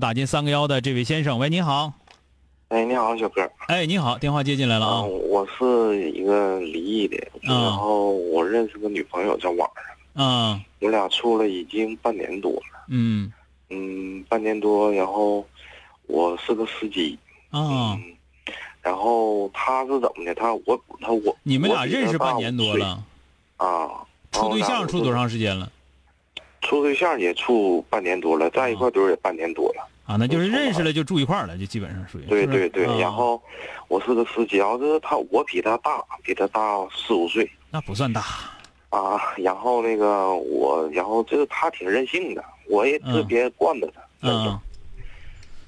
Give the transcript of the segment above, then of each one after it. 打进三个幺的这位先生，喂，你好，哎，你好，小哥。哎，你好，电话接进来了啊嗯，我是一个离异的，嗯然后我认识个女朋友在网上，啊，我俩处了已经半年多了。嗯，嗯，半年多，然后我是个司机。啊，嗯，然后他是怎么的？他我他我你们俩我比他认识大半五年多岁了，啊。处对象处多长？长时间了？处对象也处半年多了，在一块堆儿也半年多了。啊，那就是认识了就住一块儿了，就基本上属于。对是不是对对，啊然后我是个司机，然后这他我比他大，比他大四五岁。那不算大，啊，然后那个我，然后这个他挺任性的，我也特别惯着他。那种嗯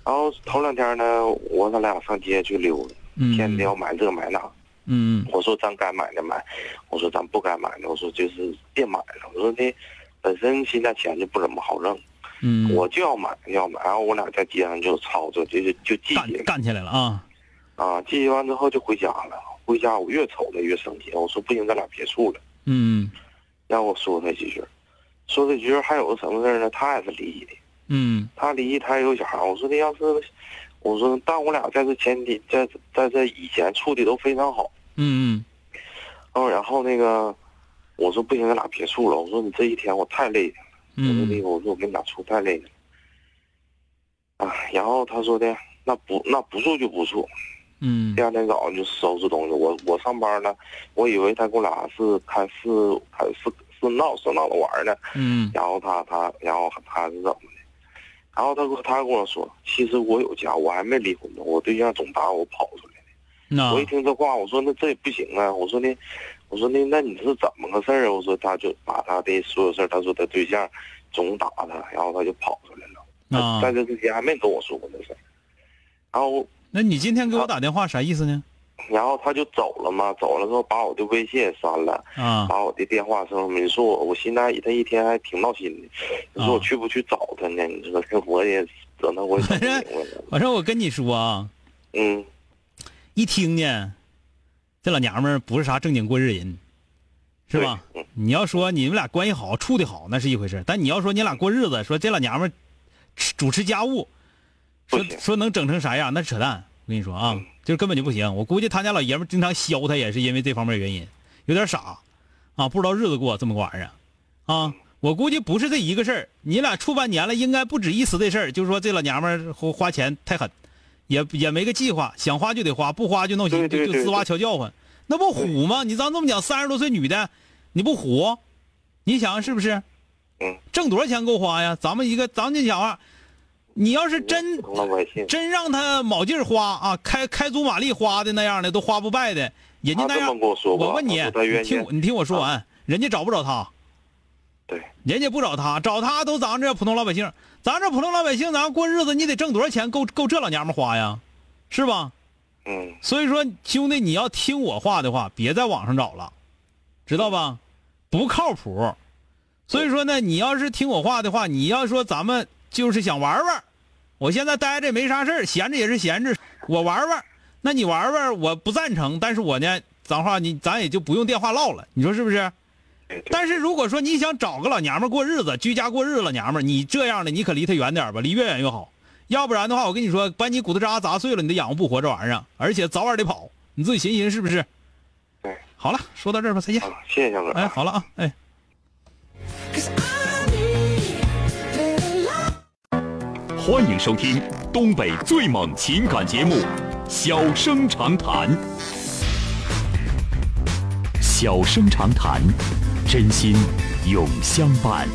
然后头两天呢，我咱俩上街去溜达，嗯，天天要买这买那。嗯嗯我说咱该买的买，我说咱不该买的，我说就是别买了。我说那本身现在钱就不怎么好挣，嗯，我就要买就要买。然后我俩在街上就吵吵，就就就季干节干起来了啊，啊，季节完之后就回家了。回家我越瞅他越生气，我说不行，咱俩别处了。嗯让我说他几句，说这几句还有个什么事儿呢？他也是离异的，嗯他离异，他也有小孩儿。我说那要是，我说但我俩在这前提，在在这以前处的都非常好。嗯然后然后那个，我说不行，咱俩别处了。我说你这一天我太累了，嗯我说那嗯个我说我跟你俩处太累了。啊，然后他说的那不那不处就不处，嗯第二天早上就收拾东西。我我上班呢，我以为他跟我俩是开是开是是闹是闹着玩儿呢。嗯然后他他然后他是怎么的？然后他跟我他跟我说，其实我有家，我还没离婚呢，我对象总打我跑出来的。那我一听这话，我说那这也不行啊，我说那，我说那那你是怎么个事儿啊？我说他就把他的所有事儿，他说他对象总打他，然后他就跑出来了。啊，在这之前还没跟我说过这事儿。然后那你今天给我打电话啥意思呢？然后他就走了嘛，走了之后把我的微信也删了。啊把我的电话说什么？你说我我现在他一天还挺闹心的，你啊说我去不去找他呢？你说这我也整的我也整不明白 了。反正我跟你说啊，嗯，一听呢，这老娘们儿不是啥正经过日人，是吧？对？嗯你要说你们俩关系好，处的好，那是一回事儿。但你要说你俩过日子，说这老娘们儿吃主持家务，不说行嗯说能整成啥样，那扯淡。我跟你说啊，就是根本就不行。我估计他家老爷们儿经常削他，也是因为这方面原因，有点傻啊，不知道日子过这么个玩意儿啊。我估计不是这一个事儿，你俩处半年了，应该不止一次的事儿。就是说这老娘们儿花花钱太狠，也也没个计划，想花就得花，不花就闹心，对对就对就滋哇瞧叫唤，那不虎吗？你咱这么讲，三十多岁女的，你不虎，你想是不是？嗯，挣多少钱够花呀？咱们一个，咱就想啊，你要是真通了微信，真让他卯劲儿花啊，开开足马力花的那样的，都花不败的，人家那他这样么，跟我说过，我问你，他说他你愿听我意，啊你听我说完，人家找不找他？对，人家不找他，找他都咱这普通老百姓，咱这普通老百姓，咱过日子，你得挣多少钱够够这老娘们花呀，是吧？嗯，所以说，兄弟，你要听我话的话，别在网上找了，知道吧？不靠谱。所以说呢，你要是听我话的话，你要说咱们就是想玩玩，我现在待着也没啥事儿，闲着也是闲着，我玩玩。那你玩玩，我不赞成，但是我呢，咱话你咱也就不用电话唠了，你说是不是？对对但是如果说你想找个老娘们儿过日子，居家过日子，老娘们儿，你这样的你可离她远点儿吧，离越远越好。要不然的话，我跟你说，把你骨头渣砸碎了，你都养活不活这玩意儿，而且早晚得跑，你自己寻思寻思是不是？对，好了，说到这儿吧，再见。啊，谢谢小哥。哎，好了啊，哎。欢迎收听东北最猛情感节目《小生长谈》。小生长谈，真心永相伴。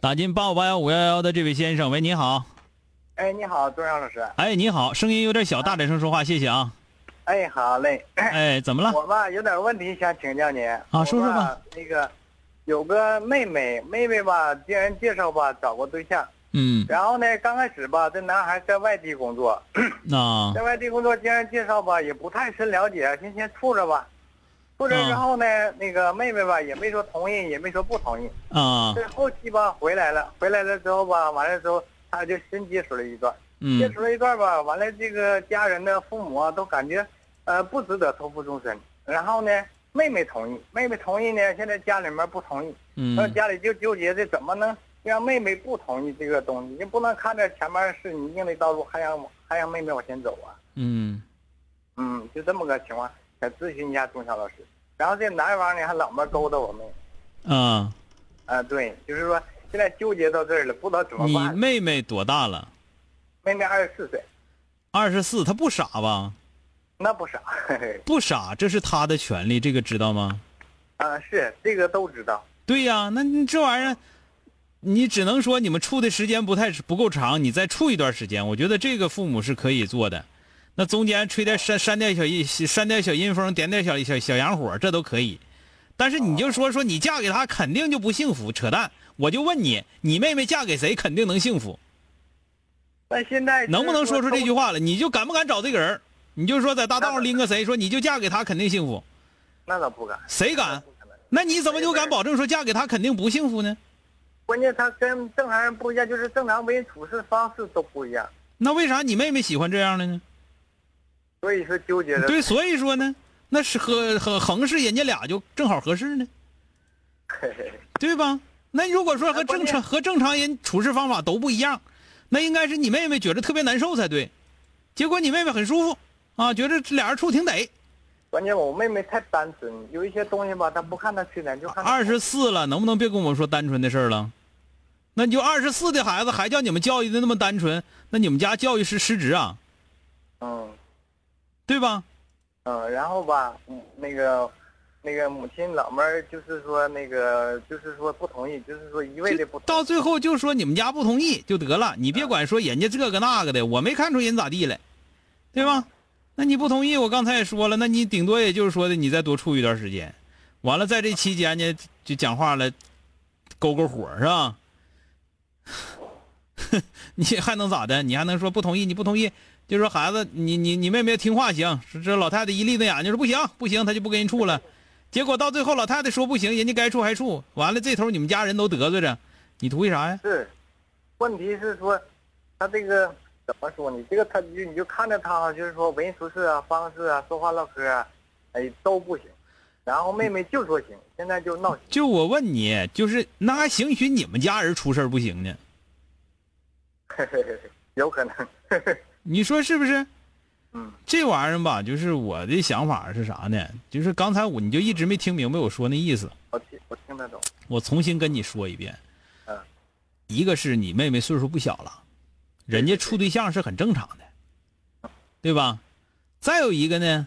打进八五八幺五幺幺的这位先生，喂，你好，哎，你好，钟阳老师。哎，你好，声音有点小，大点声说话，谢谢啊。哎，好嘞。哎，怎么了？我吧有点问题想请教您。啊说说吧。那个，有个妹妹，妹妹吧，经人介绍吧，找过对象。嗯，然后呢，刚开始吧，这男孩在外地工作，那在外地工作，经人介绍吧，也不太深了解，啊先先处着吧。处着嗯之后呢，那个妹妹吧，也没说同意，也没说不同意。啊，这后期吧，回来了，回来了之后吧，完了之后，他就新接触了一段。接嗯触了一段吧，完了这个家人的父母啊都感觉，呃不值得托付终身。然后呢，妹妹同意，妹妹同意呢，现在家里面不同意，那嗯家里就纠结这怎么能让妹妹不同意这个东西？你不能看着前面是泥泞的道路，还让我还让妹妹往前走啊？嗯，嗯，就这么个情况，想咨询一下钟晓老师。然后这男方呢还老么勾搭我妹，啊，啊、对，就是说现在纠结到这儿了，不知道怎么你办。妹妹多大了？妹妹二十四岁，二十四，她不傻吧？那不傻，嘿嘿，不傻，这是她的权利，这个知道吗？啊、是这个都知道。对呀、那你这玩意儿，你只能说你们处的时间不太不够长，你再处一段时间，我觉得这个父母是可以做的。那中间吹点扇扇点小阴扇点小阴风，点点小小小洋火，这都可以。但是你就说说你嫁给他肯定就不幸福，扯淡！我就问你，你妹妹嫁给谁肯定能幸福？那现在能不能说出这句话？话来？你就敢不敢找这个人儿？你就说在大道上拎个谁，说你就嫁给他肯定幸福，那倒不敢，谁敢不？可能。那你怎么就敢保证说嫁给他肯定不幸福呢？关键他跟正常人不一样，就是正常为人处事方式都不一样，那为啥你妹妹喜欢这样的呢？所以说纠结的。对，所以说呢，那是和和横是人家俩就正好合适呢，嘿嘿对吧？那如果说和正常和正常人处事方法都不一样，那应该是你妹妹觉得特别难受才对，结果你妹妹很舒服啊，觉得这俩人处挺得。 关键我妹妹太单纯，有一些东西吧，她不看她缺点，就看她二十四了，能不能别跟我们说单纯的事儿了？那你就二十四的孩子还叫你们教育的那么单纯，那你们家教育是失职啊，嗯对吧？嗯，然后吧，嗯那个那个母亲老妹儿就是说那个就是说不同意，就是说一味的不就到同意。最后就说你们家不同意就得了，你别管说人家这个那个的，我没看出人咋地来，对吧？那你不同意，我刚才也说了，那你顶多也就是说的你再多处一段时间，完了在这期间呢就讲话了，勾勾火是吧？ 你还能咋的？你还能说不同意？你不同意，就说孩子，你你你妹妹听话行，这这老太太一立那眼睛说不行不行，她就不跟人处了。结果到最后老太太说不行，人家该处还处，完了这头你们家人都得罪着，你图啥呀？是，问题是说，她这个怎么说呢？这个她你就你就看着她啊，就是说为人处事啊、方式啊、说话唠嗑啊，哎都不行。然后妹妹就说行，现在就闹心。就我问你，就是那还允许你们家人出事儿不行呢？嘿嘿嘿， 有可能。你说是不是？嗯，这玩意儿吧，就是我的想法是啥呢？就是刚才我你就一直没听明白我说那意思，我听我听得懂。我重新跟你说一遍。嗯，一个是你妹妹岁数不小了，人家处对象是很正常的，对吧？再有一个呢，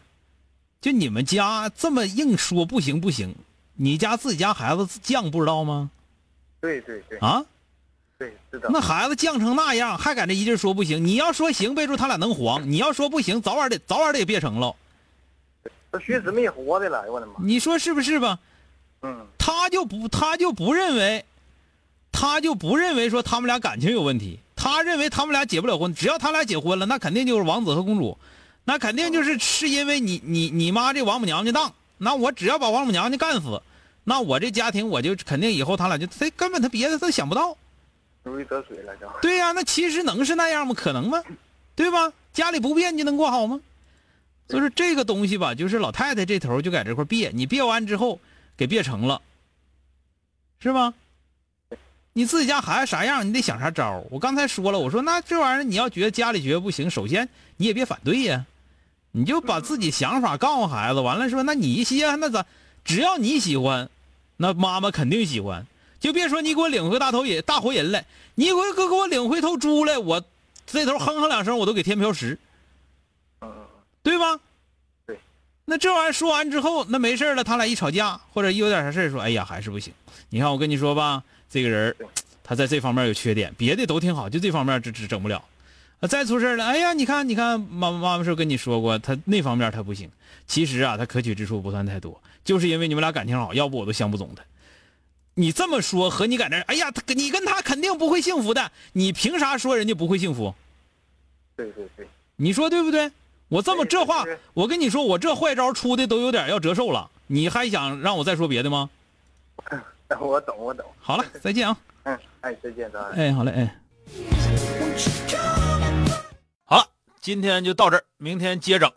就你们家这么硬说不行不行，你家自己家孩子犟不知道吗？对对对啊，对，知道。那孩子犟成那样，还敢这一劲儿说不行？你要说行，备注他俩能黄；你要说不行，早晚得早晚得也别成了。都血死灭活的了，哎呦我的妈！你说是不是吧？嗯，他就不他就不认为，他就不认为说他们俩感情有问题，他认为他们俩结不了婚，只要他俩结婚了，那肯定就是王子和公主，那肯定就是是因为你你你妈这王母娘娘当，那我只要把王母娘娘干死，那我这家庭我就肯定以后他俩就他根本他别的他想不到。如鱼得水了就。对呀、那其实能是那样吗？可能吗？对吧？家里不变就能过好吗？所以说这个东西吧，就是老太太这头就在这块别，你别完之后给别成了，是吧？你自己家孩子啥样，你得想啥招儿我刚才说了，我说那这玩意儿你要觉得家里觉得不行，首先你也别反对呀，你就把自己想法告诉孩子，完了说那你一些那咋？只要你喜欢，那妈妈肯定喜欢。就别说你给我领回大头人、大活人来，你给我给我领回头猪来，我这头哼哼两声，我都给添瓢食，嗯，对吧？对。那这玩意儿说完之后，那没事儿了，他俩一吵架或者一有点啥事儿说，哎呀，还是不行。你看我跟你说吧，这个人儿对他在这方面有缺点，别的都挺好，就这方面这这整不了。啊，再出事儿了，哎呀，你看，你看，妈妈妈是不是跟你说过，他那方面他不行。其实啊，他可取之处不算太多，就是因为你们俩感情好，要不我都相不中他。你这么说和你在那儿，哎呀，他你跟他肯定不会幸福的，你凭啥说人家不会幸福？对对对， 你说对不对？我这么对这话就是，我跟你说，我这坏招出的都有点要折寿了，你还想让我再说别的吗？我懂我懂。好了，再见啊！嗯，哎，再见，早安。哎，好嘞，哎。好了，今天就到这儿，明天接整。